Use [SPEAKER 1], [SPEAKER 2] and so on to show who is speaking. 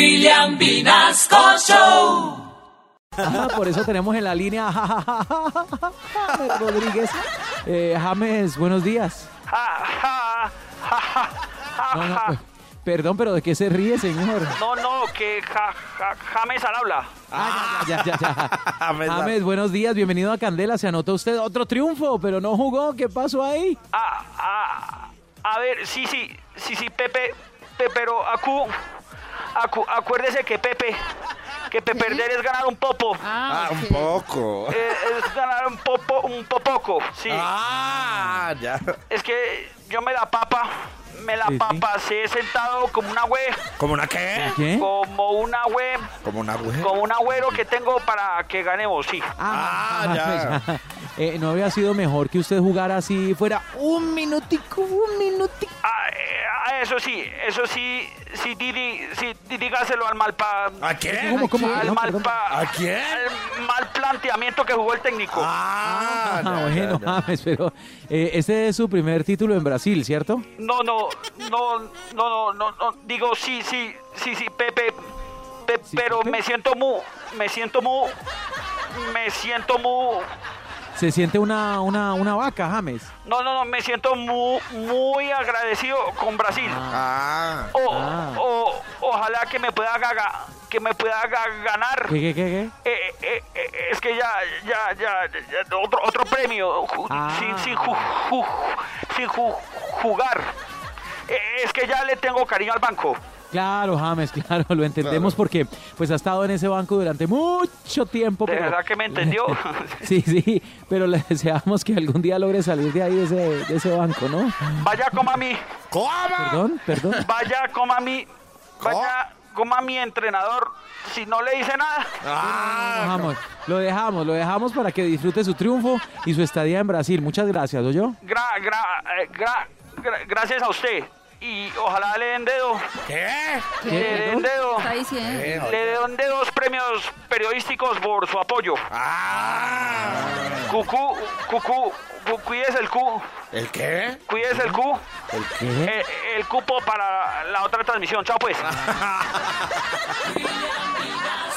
[SPEAKER 1] William Vinasco Show.
[SPEAKER 2] Ah, por eso tenemos en la línea a James Rodríguez. Eh, James, buenos días. No, no, pues, perdón, pero ¿de qué se ríe, señor?
[SPEAKER 3] No, no, que ja- ja- James al habla.
[SPEAKER 2] Ah, ya, ya, ya, ya. James, buenos días, bienvenido a Candela. Se anotó usted otro triunfo, pero no jugó. ¿Qué pasó ahí?
[SPEAKER 3] Ah, ah, a ver, sí, sí, sí, sí, Pepe, pe- pero acu, acu- acuérdese que Pepe, que pe- perder es ganar un popo.
[SPEAKER 4] Ah, un poco.
[SPEAKER 3] Eh, es ganar un popo, un popoco, sí.
[SPEAKER 4] Ah, ya.
[SPEAKER 3] Es que yo me la papa, me la
[SPEAKER 2] Sí, sí.
[SPEAKER 3] papa, se he sentado como una güey,
[SPEAKER 4] ¿Como una qué?
[SPEAKER 2] ¿Qué?
[SPEAKER 3] como una güey,
[SPEAKER 4] Como una güey.
[SPEAKER 3] como un agüero que tengo para que ganemos, sí.
[SPEAKER 4] Ah, ya.
[SPEAKER 2] James, ya. Eh, no había sido mejor que usted jugara así fuera un minutico, un minutico.
[SPEAKER 3] Ah, eh, ah, eso sí, eso sí, sí, Didi, sí, di- dígaselo al mal pa-
[SPEAKER 4] ¿A quién?
[SPEAKER 2] ¿Cómo, cómo?
[SPEAKER 3] al
[SPEAKER 2] No,
[SPEAKER 3] mal
[SPEAKER 2] perdón.
[SPEAKER 3] pa-
[SPEAKER 4] ¿A quién?
[SPEAKER 3] al mal planteamiento que jugó el técnico.
[SPEAKER 4] Ah,
[SPEAKER 2] Ah,
[SPEAKER 4] ya,
[SPEAKER 2] bueno,
[SPEAKER 4] ya, ya.
[SPEAKER 2] James, pero eh, este es su primer título en Brasil, ¿cierto?
[SPEAKER 3] No, no, no, no, no, no, no, digo sí, sí, sí, sí, Pepe, pe-
[SPEAKER 2] ¿Sí,
[SPEAKER 3] pero
[SPEAKER 2] Pepe?
[SPEAKER 3] me siento muy, me siento muy, me siento muy,
[SPEAKER 2] Se siente una, una, una vaca, James.
[SPEAKER 3] no, no, no, me siento muy, muy agradecido con Brasil.
[SPEAKER 4] Ah,
[SPEAKER 3] O,
[SPEAKER 2] Ah.
[SPEAKER 3] o- ojalá que me pueda gaga- que me pueda ga- ganar.
[SPEAKER 2] ¿Qué, qué, qué, qué?
[SPEAKER 3] Eh, eh, eh, es que ya, ya, ya, ya, otro, otro premio ju-
[SPEAKER 2] Ah.
[SPEAKER 3] sin, sin ju- ju- sin ju- jugar. Eh, es que ya le tengo cariño al banco.
[SPEAKER 2] Claro, James, claro, lo entendemos
[SPEAKER 4] Claro.
[SPEAKER 2] porque pues ha estado en ese banco durante mucho tiempo.
[SPEAKER 3] De
[SPEAKER 2] pero-
[SPEAKER 3] verdad que me entendió.
[SPEAKER 2] Sí, sí, pero le deseamos que algún día logre salir de ahí, de ese, de ese banco, ¿no?
[SPEAKER 3] vaya coma mi,
[SPEAKER 4] ¿Cómo?
[SPEAKER 2] Perdón, perdón.
[SPEAKER 3] vaya coma mi, vaya coma mi entrenador. Si no le hice nada,
[SPEAKER 4] Ah,
[SPEAKER 2] Vamos, lo dejamos, lo dejamos para que disfrute su triunfo y su estadía en Brasil. Muchas gracias, yo?
[SPEAKER 3] gra, gra- eh, gra- gra- gracias a usted. Y ojalá le den dedo,
[SPEAKER 4] ¿qué?
[SPEAKER 3] le den dedo,
[SPEAKER 5] está diciendo?
[SPEAKER 4] ¿Qué?
[SPEAKER 3] le den dedos premios periodísticos por su apoyo.
[SPEAKER 4] Ah,
[SPEAKER 3] Cucú, cucú, cu- cuides el cu,
[SPEAKER 4] ¿el qué?
[SPEAKER 3] cuides el cu,
[SPEAKER 4] ¿El qué?
[SPEAKER 3] eh, el cupo para la otra transmisión. Chao pues.
[SPEAKER 1] William Vinasco.